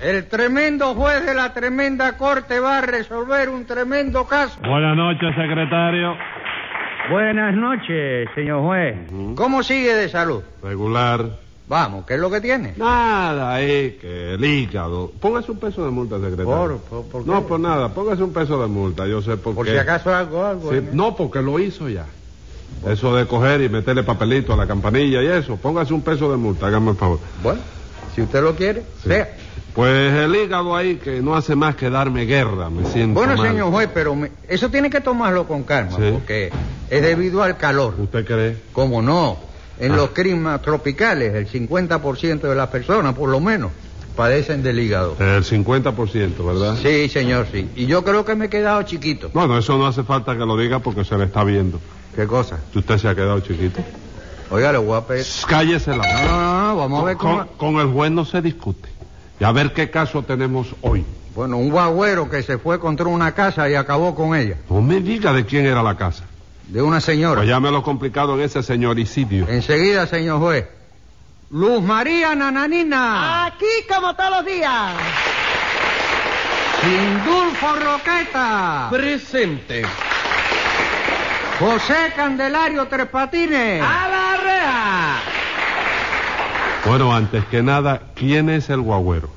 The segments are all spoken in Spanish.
El tremendo juez de la tremenda corte va a resolver un tremendo caso. Buenas noches, secretario. Buenas noches, señor juez. Mm. ¿Cómo sigue de salud? Regular. Vamos, ¿qué es lo que tiene? Nada, ahí, que el hígado. Póngase un peso de multa, secretario. eh. Por- por- ¿por qué? no, por nada. Póngase un peso de multa. Yo sé por, Por qué. si acaso algo, algo. Sí, ¿eh? no, porque lo hizo ya. Eso de coger y meterle papelito a la campanilla y eso. Póngase un peso de multa, hágame el favor. Bueno, si usted lo quiere, Sí. sea. Pues el hígado ahí que no hace más que darme guerra, me siento Bueno, mal. señor juez, pero me- eso tiene que tomarlo con calma, Sí. porque es debido al calor. ¿Usted cree? ¿Cómo no? En Ah. los climas tropicales, el 50% de las personas, por lo menos, padecen del hígado. El 50%, ¿verdad? Sí, señor, sí. Y yo creo que me he quedado chiquito. Bueno, eso no hace falta que lo diga porque se le está viendo. ¿Qué cosa? Usted se ha quedado chiquito. Oiga, lo voy a pedir. Cállese la No, no, no, ah, vamos a ver Con, cómo... con el juez no se discute. Y a ver qué caso tenemos hoy. Bueno, un guagüero que se fue contra una casa y acabó con ella, No me diga de quién era la casa. de una señora. Pues ya me lo complicado en ese señoricidio. Eh. Enseguida, señor juez. Luz María Nananina. Aquí ¿Eh? como todos los días. Sindulfo Roqueta. Presente. José Candelario Tres Patines. la reja! Bueno, antes que nada, ¿quién es el guagüero?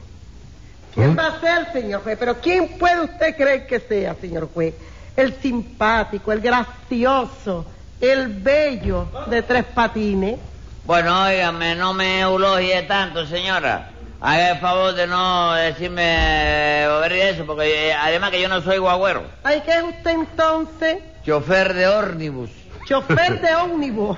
¿Quién va a ser, señor juez? Pero ¿quién puede usted creer que sea, señor juez? El simpático, el gracioso, el bello de tres patines. Bueno, óigame, no me eulogie tanto, señora. Haga el favor de no decirme eh, bobería eso, porque eh, además que yo no soy guagüero. ¿Ay, qué es usted entonces? Chofer de ómnibus. Chofer de ómnibus,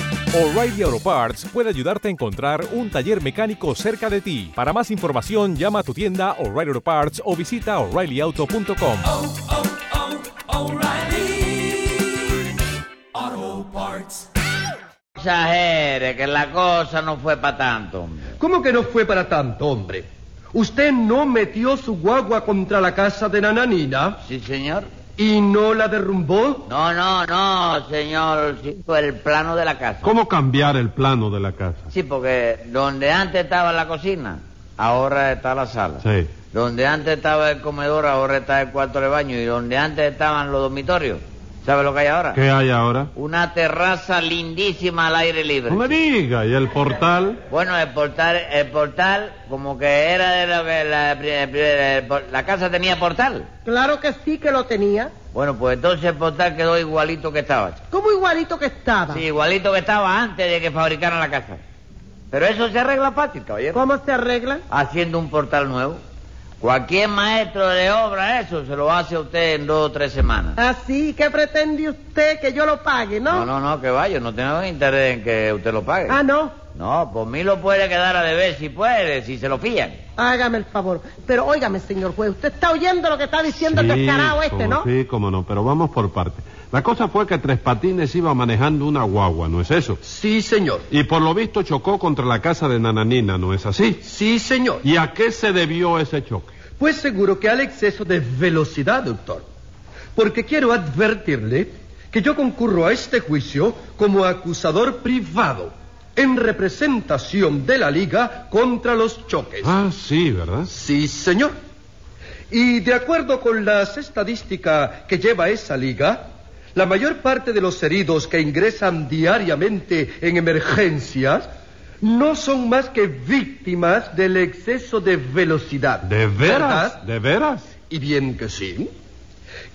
O'Reilly Auto Parts puede ayudarte a encontrar un taller mecánico cerca de ti. Para más información, llama a tu tienda O'Reilly Auto Parts o visita o'ReillyAuto.com. exagere, que la cosa no fue para tanto. hombre. ¿Cómo que no fue para tanto, hombre? ¿Usted no metió su guagua contra la casa de Nananina ¿Sí, señor? y no la derrumbó? No, no, no, señor. Sí, por el plano de la casa. ¿Cómo cambiar el plano de la casa? Sí, porque donde antes estaba la cocina, ahora está la sala. Sí. Donde antes estaba el comedor, ahora está el cuarto de baño. Y donde antes estaban los dormitorios, ¿sabe lo que hay ahora? ¿Qué hay ahora? Una terraza lindísima al aire libre. No me diga, ¿y el portal? Bueno, el portal, el portal, como que era de lo que la, pri- pri- el por- la casa tenía portal. Claro que sí que lo tenía. Bueno, pues entonces el portal quedó igualito que estaba. ¿Cómo igualito que estaba? Sí, igualito que estaba antes de que fabricaran la casa. Pero eso se arregla fácil, caballero. ¿Cómo se arregla? Haciendo un portal nuevo. Cualquier maestro de obra eso se lo hace a usted en dos o tres semanas. Así que pretende usted que yo lo pague, No, ¿Ah, no, ¿no? no, que vaya, no tengo interés en que usted lo pague. Ah, no. No, por mí lo puede quedar a deber si puede, si se lo pillan. Hágame el favor. Pero óigame, señor juez, usted está oyendo lo que está diciendo el Sí, descarado este, cómo ¿no? Sí, cómo no, pero vamos por partes. La cosa fue que Tres Patines iba manejando una guagua, ¿no es eso? Sí, señor. Y por lo visto chocó contra la casa de Nananina, ¿no es así? Sí, señor. ¿Y a qué se debió ese choque? Pues seguro que al exceso de velocidad, doctor. Porque quiero advertirle que yo concurro a este juicio como acusador privado, en representación de la Liga contra los choques. Ah, sí, ¿verdad? Sí, señor. Y de acuerdo con las estadísticas que lleva esa liga, la mayor parte de los heridos que ingresan diariamente en emergencias no son más que víctimas del exceso de velocidad. ¿De veras? ¿Verdad? ¿De veras? Y bien que sí.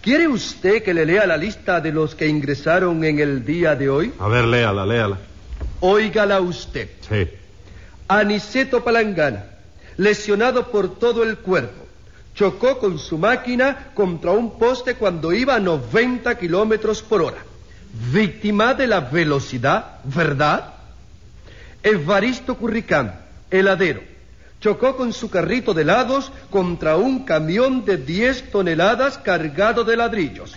¿Quiere usted que le lea la lista de los que ingresaron en el día de hoy? A ver, léala, léala. Óigala usted. Sí. Aniceto Palangana, lesionado por todo el cuerpo, chocó con su máquina contra un poste cuando iba a 90 kilómetros por hora. Víctima de la velocidad, ¿verdad? Evaristo Curricán, heladero, chocó con su carrito de helados contra un camión de 10 toneladas cargado de ladrillos.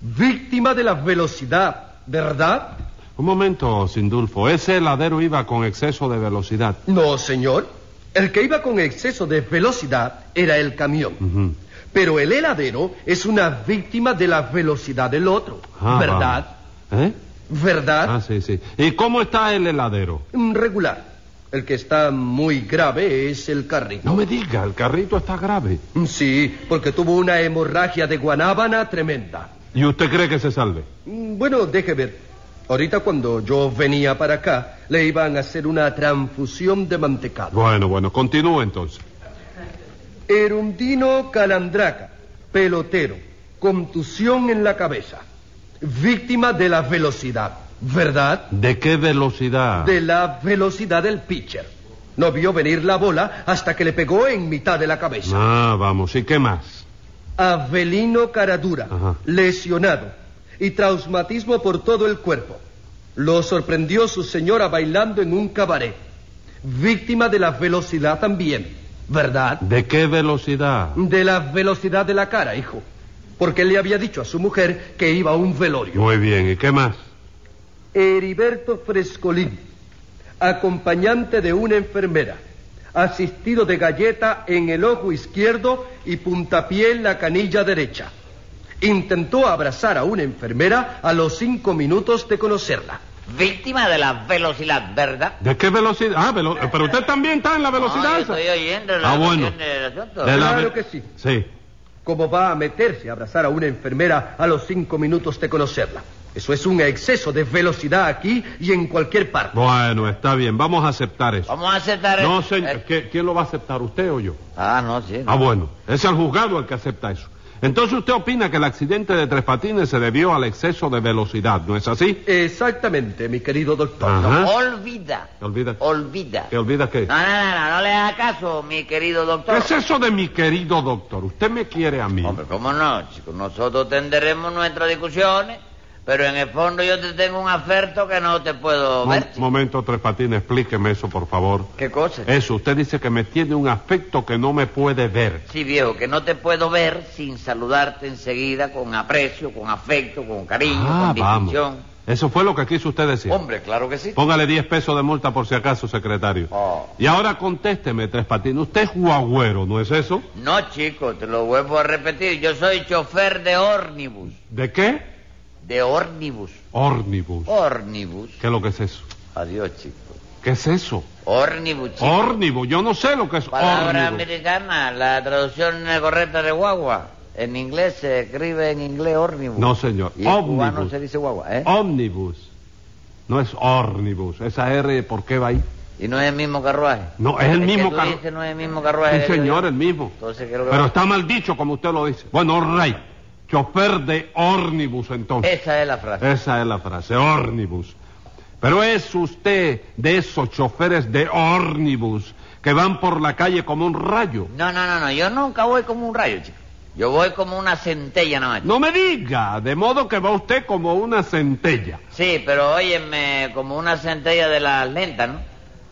Víctima de la velocidad, ¿verdad? Un momento, Sindulfo. Ese heladero iba con exceso de velocidad. No, señor. El que iba con exceso de velocidad era el camión. Pero el heladero es una víctima de la velocidad del otro. Ah, ¿Verdad? vamos. ¿Eh? ¿Verdad? Ah, sí, sí. ¿Y cómo está el heladero? Mm, Regular. El que está muy grave es el carrito. No me diga, el carrito está grave. Mm, Sí, porque tuvo una hemorragia de guanábana tremenda. ¿Y usted cree que se salve? Mm, Bueno, deje ver. Ahorita cuando yo venía para acá, le iban a hacer una transfusión de mantecado. Bueno, bueno, continúe entonces. Erundino Calandraca, pelotero, contusión en la cabeza, víctima de la velocidad, ¿verdad? ¿De qué velocidad? De la velocidad del pitcher. No vio venir la bola hasta que le pegó en mitad de la cabeza. Ah, vamos, ¿y qué más? Avelino Caradura, Ajá. lesionado y traumatismo por todo el cuerpo. Lo sorprendió su señora bailando en un cabaret, víctima de la velocidad también, ¿verdad? ¿De qué velocidad? De la velocidad de la cara, hijo. Porque él le había dicho a su mujer que iba a un velorio. Muy bien, ¿y qué más? Heriberto Frescolín, acompañante de una enfermera, asistido de galleta en el ojo izquierdo y puntapié en la canilla derecha. Intentó abrazar a una enfermera a los cinco minutos de conocerla. Víctima de la velocidad, ¿verdad? ¿De qué velocidad? Ah, velo- pero usted también está en la No, velocidad yo esa. estoy oyendo la Ah, bueno. cuestión del asunto. De la Claro ve- que sí. Sí. ¿Cómo va a meterse a abrazar a una enfermera a los cinco minutos de conocerla? Eso es un exceso de velocidad aquí y en cualquier parte. Bueno, está bien, vamos a aceptar eso. Vamos a aceptar No, el- eh. señor, el- ¿qué- ¿quién lo va a aceptar, usted o yo? Ah, no, sí. no. Ah, bueno, es el juzgado el que acepta eso. Entonces usted opina que el accidente de Tres Patines se debió al exceso de velocidad, ¿no es así? Exactamente, mi querido doctor. Olvida. Olvida. Olvida. ¿Te olvida qué? No, no, no, no, no le haga caso, mi querido ¿Qué doctor. es eso de mi querido doctor? Usted me quiere a mí. Hombre, ¿cómo no, chicos? Nosotros tendremos nuestras discusiones, pero en el fondo yo te tengo un aferto que no te puedo Mo- Eh. ver. momento, Tres Patines, explíqueme eso, por favor. ¿Qué cosa? Eso, usted dice que me tiene un afecto que no me puede ver. Sí, viejo, que no te puedo ver sin saludarte enseguida con aprecio, con afecto, con cariño, Ah, con vamos. distinción. Eso fue lo que quiso usted decir. Hombre, claro que sí. Oh. Póngale 10 pesos de multa por si acaso, secretario. Y ahora contésteme, Tres Patines. Usted es guagüero, ¿no es eso? No, chico, te lo vuelvo a repetir. Yo soy chofer de ómnibus. ¿De qué? De ómnibus. Órnibus. Ómnibus. ¿Qué es lo que es eso? Adiós, chico. ¿Qué es eso? Ómnibus, chico. Órnibus. Yo no sé lo que es Palabra órnibus. americana, la traducción eh, correcta de guagua. En inglés se escribe en inglés ómnibus. No, señor. Y en cubano Ómnibus. se dice guagua, ¿eh? Ómnibus. No es órnibus. Esa R, ¿por qué va ahí? Y no es el mismo carruaje. No, es el que mismo tú carro- dices no es el mismo carruaje. Sí, que yo señor, digo. el mismo. Entonces, creo que Pero va- está mal dicho, como usted lo dice. Bueno, rey. Chofer de órnibus, entonces. Esa es la frase. Esa es la frase, órnibus. Pero es usted de esos choferes de órnibus que van por la calle como un rayo. No, no, no, no. Yo nunca voy como un rayo, chico. Yo voy como una centella nada más. chico. No me diga, de modo que va usted como una centella. Sí, pero óyeme, como una centella de las lentas, ¿no?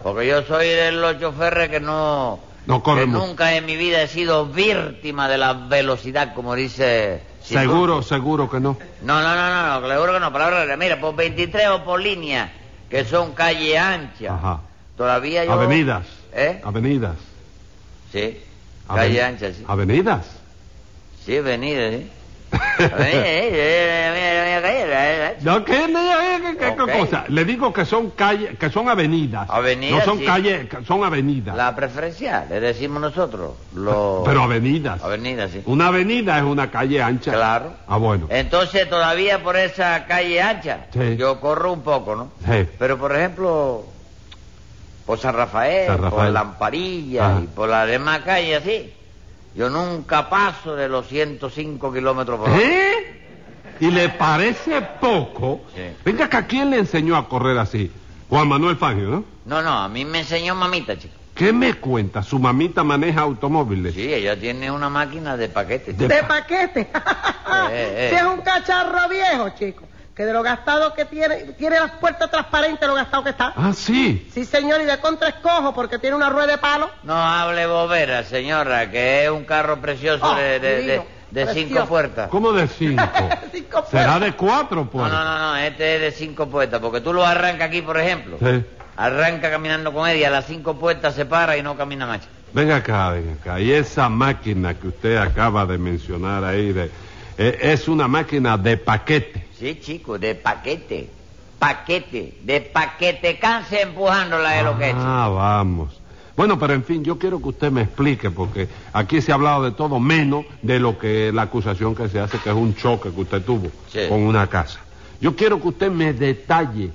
Porque yo soy de los choferes que no... No corre que mucho. nunca en mi vida he sido víctima de la velocidad, como dice... Silvio. Seguro, seguro que no. No, no, no, no, no, seguro que no. Palabra, mira, por 23 o por línea, que son calle ancha. Ajá. Todavía yo... Avenidas, ¿Eh? avenidas. Sí, Aven- calle ancha, sí. Avenidas. Sí, avenida, sí. Avenida, sí, sí, avenida, avenida, calle, eh, eh. No, ¿qué, qué- qué- qué Ok. cosa? Le digo que son calles, que son avenidas. Avenidas, No son sí. calles, que son avenidas. La preferencial, le decimos nosotros. Lo... Pero avenidas. Avenida, sí. Una avenida es una calle ancha. Claro. Eh. Ah, bueno. Entonces todavía por esa calle ancha Sí. yo corro un poco, ¿no? Sí. Pero por ejemplo, por San Rafael, San por Rafael. Ah. Lamparilla Ajá. y por las demás calles así, yo nunca paso de los 105 kilómetros por hora. ¿Eh? ¿Y le parece poco? Venga, acá, ¿quién le enseñó a correr así? Juan Manuel Fangio, ¿no? No, no, a mí me enseñó mamita, chico. ¿Qué me cuenta? Su mamita maneja automóviles. Sí, ella tiene una máquina de paquetes. De De paquete. Eh, eh. Si es un cacharro viejo, chico. Que de lo gastado que tiene, tiene las puertas transparentes, lo gastado que está. Ah, sí. Sí, señor, y de contra escojo porque tiene una rueda de palo. No hable bobera, señora, que es un carro precioso Oh, de, de- de- divino, de cinco precioso. puertas. ¿Cómo de cinco? Cinco ¿Será de cuatro, No, pues? no, no, no, este es de cinco puertas, porque tú lo arrancas aquí, por ejemplo. Sí. Arranca caminando con él y a las cinco puertas se para y no camina más. Venga acá, venga acá. Y esa máquina que usted acaba de mencionar ahí, de, eh, es una máquina de paquete. Sí, chico, de paquete. Paquete. De paquete. Canse empujándola de lo que es. Ah, vamos. Bueno, pero en fin, yo quiero que usted me explique, porque aquí se ha hablado de todo menos de lo que la acusación que se hace, que es un choque que usted tuvo Sí. con una casa. Yo quiero que usted me detalle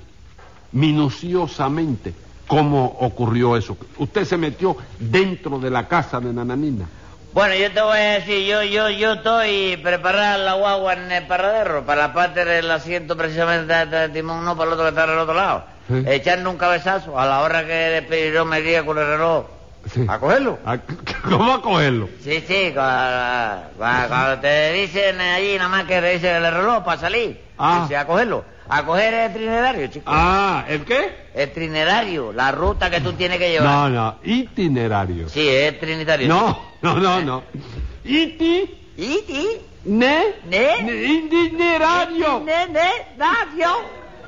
minuciosamente cómo ocurrió eso. Usted se metió dentro de la casa de Nananina. Bueno, yo te voy a decir, yo, yo, yo estoy preparada la guagua en el paradero, para la parte del asiento precisamente de, de timón, no para el otro que está al otro lado. Sí. Echando un cabezazo a la hora que el peligro me guía con el reloj. ¿A cogerlo? Ah, ¿Cómo a cogerlo? Sí, sí, cuando, cuando- cuando te dicen allí nada más que te dicen el reloj para salir. Ah. Dice, a cogerlo. A coger el trinerario, chico. Ah, ¿el qué? El trinerario, la ruta que tú tienes que llevar. No, no, itinerario. Sí, es trinitario. No, no, no, no. Iti. Iti. Ne. Ne. Itinerario. Itinerario.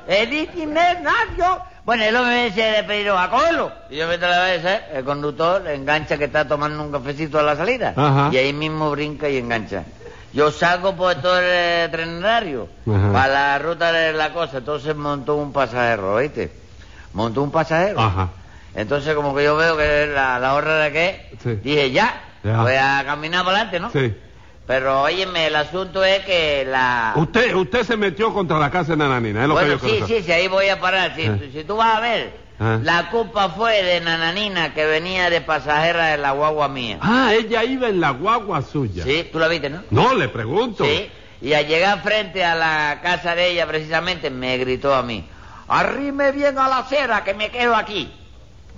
Eh. El itinerario. Bueno, el hombre me dice de pedir a cogerlo. Y yo meto la vez, ¿eh? el conductor engancha que está tomando un cafecito a la salida. Ajá. Y ahí mismo brinca y engancha. Yo salgo por todo el eh, trinitario, Ajá. para la ruta de la cosa. Entonces montó un pasajero, ¿oíste? Montó un pasajero. Ajá. Entonces como que yo veo que la, la hora de que Sí. dije ya, Ya. voy a caminar para adelante, ¿no? Sí. Pero óyeme, el asunto es que la... Usted, usted se metió contra la casa de Nananina, es lo bueno, que yo sí, creo. sí, sí, ahí voy a parar. Si, Eh. si tú vas a ver, Ah. La culpa fue de Nananina que venía de pasajera de la guagua mía. Ah, ella iba en la guagua suya. Sí, tú la viste, ¿no? No, le pregunto. Sí. Y al llegar frente a la casa de ella, precisamente, me gritó a mí: Arrime bien a la acera que me quedo aquí.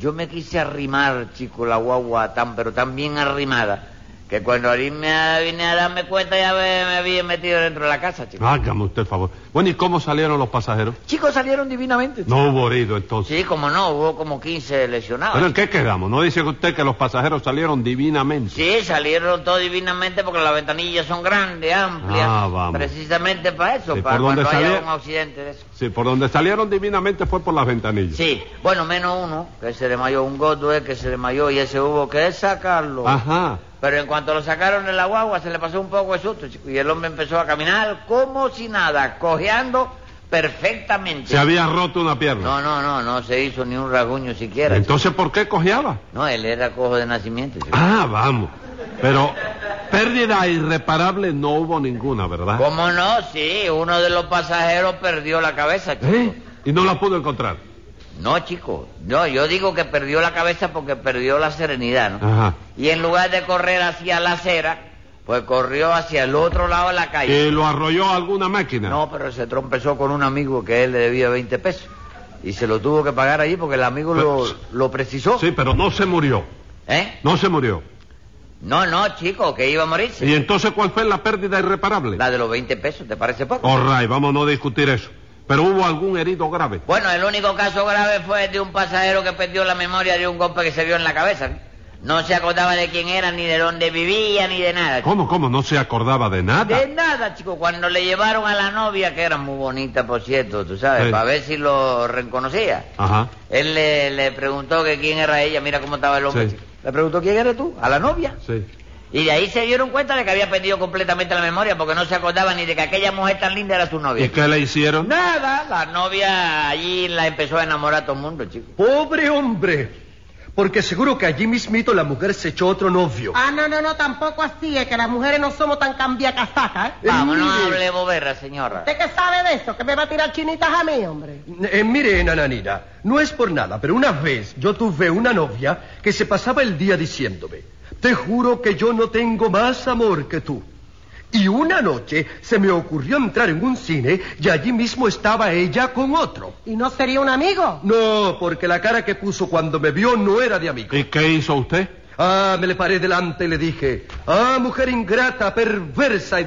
Yo me quise arrimar, chico, la guagua tan, pero tan bien arrimada, que cuando vine a, vine a darme cuenta ya me, me había metido dentro de la casa, chico. Hágame usted el favor. Bueno, ¿y cómo salieron los pasajeros? Chicos salieron divinamente. No hubo herido entonces. Sí, como no, hubo como 15 lesionados. ¿Pero en qué quedamos? ¿No dice usted que los pasajeros salieron divinamente? Sí, salieron todos divinamente porque las ventanillas son grandes, amplias. Ah, vamos. Precisamente para eso, Sí, para ¿por dónde cuando haya salieron? un accidente de eso. Sí, por donde salieron divinamente fue por las ventanillas. Sí, bueno, menos uno, que se desmayó, un gordo es que se desmayó y ese hubo que sacarlo. Ajá. Pero en cuanto lo sacaron de la guagua, se le pasó un poco de susto, chico, y el hombre empezó a caminar como si nada, cojeando perfectamente. Se había roto una pierna. No, no, no, no se hizo ni un rasguño siquiera. chico. entonces, ¿por qué cojeaba? No, él era cojo de nacimiento. chico. Ah, vamos. Pero pérdida irreparable no hubo ninguna, ¿verdad? ¿Cómo no? Sí, uno de los pasajeros perdió la cabeza, chico. ¿Eh? Y no la pudo encontrar. No, chico. No, yo digo que perdió la cabeza porque perdió la serenidad, ¿no? Ajá. Y en lugar de correr hacia la acera, pues corrió hacia el otro lado de la calle. ¿Y lo arrolló alguna máquina? No, pero se trompezó con un amigo que él le debía 20 pesos. Y se lo tuvo que pagar allí porque el amigo lo, lo precisó. Sí, pero no se murió. ¿Eh? No se murió. No, no, chico, que iba a morirse. ¿Y entonces cuál fue la pérdida irreparable? La de los 20 pesos, ¿te parece poco? All right, vamos a no discutir eso. Pero hubo algún herido grave. Bueno, el único caso grave fue el de un pasajero que perdió la memoria de un golpe que se dio en la cabeza. ¿no? No se acordaba de quién era, ni de dónde vivía, ni de nada. ¿Cómo, cómo? No se acordaba de nada. De nada, chico. Cuando le llevaron a la novia, que era muy bonita, por cierto, tú sabes, Sí. para ver si lo reconocía. Ajá. Él le, le preguntó que quién era ella, mira cómo estaba el hombre. Sí. Le preguntó quién eres tú, a la novia. Sí. Y de ahí se dieron cuenta de que había perdido completamente la memoria porque no se acordaba ni de que aquella mujer tan linda era su novia. ¿Y qué le hicieron? Nada, la novia allí la empezó a enamorar a todo el mundo, chico. Pobre hombre. Porque seguro que allí mismito la mujer se echó otro novio. Ah, no, no, no, tampoco así, es que las mujeres no somos tan cambiacasaca, ¿eh? Vamos, no mire. hable boberra, Eh. señora. ¿Usted qué sabe de eso? ¿Que me va a tirar chinitas a mí, hombre? Eh, mire, Nananina, no es por nada, pero una vez yo tuve una novia que se pasaba el día diciéndome, te juro que yo no tengo más amor que tú. Y una noche se me ocurrió entrar en un cine y allí mismo estaba ella con otro. ¿Y no sería un amigo? No, porque la cara que puso cuando me vio no era de amigo. ¿Y qué hizo usted? Ah, me le paré delante y le dije, ah, mujer ingrata, perversa y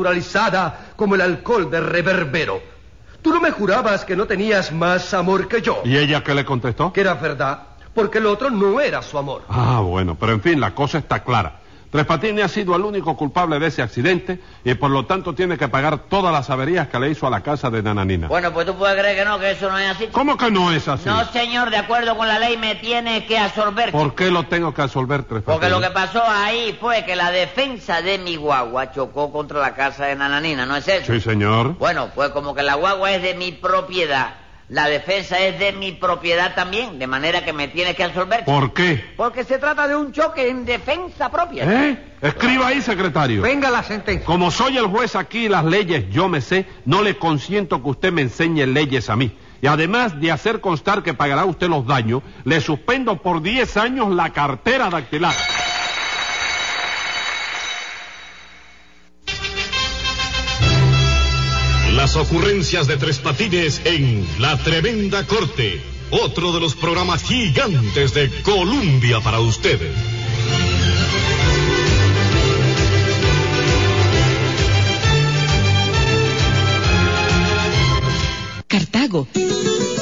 desnaturalizada como el alcohol de reverbero. Tú no me jurabas que no tenías más amor que yo. ¿Y ella qué le contestó? Que era verdad, porque el otro no era su amor. Ah, bueno, pero en fin, la cosa está clara. Tres Patines ha sido el único culpable de ese accidente y por lo tanto tiene que pagar todas las averías que le hizo a la casa de Nananina. Bueno, pues tú puedes creer que no, que eso no es así. chico. ¿Cómo que no es así? No, señor, de acuerdo con la ley me tiene que absorber. ¿Por qué lo tengo que absolver, Tres Porque Patines? lo que pasó ahí fue que la defensa de mi guagua chocó contra la casa de Nananina, ¿no es eso? Sí, señor. Bueno, pues como que la guagua es de mi propiedad, la defensa es de mi propiedad también, de manera que me tiene que absorber. ¿Por qué? Porque se trata de un choque en defensa propia. ¿Eh? Escriba ahí, secretario. Venga la sentencia. Como soy el juez aquí y las leyes yo me sé, no le consiento que usted me enseñe leyes a mí. Y además de hacer constar que pagará usted los daños, le suspendo por 10 años la cartera dactilar. Las ocurrencias de Tres Patines en La Tremenda Corte, otro de los programas gigantes de Colombia para ustedes. Cartago,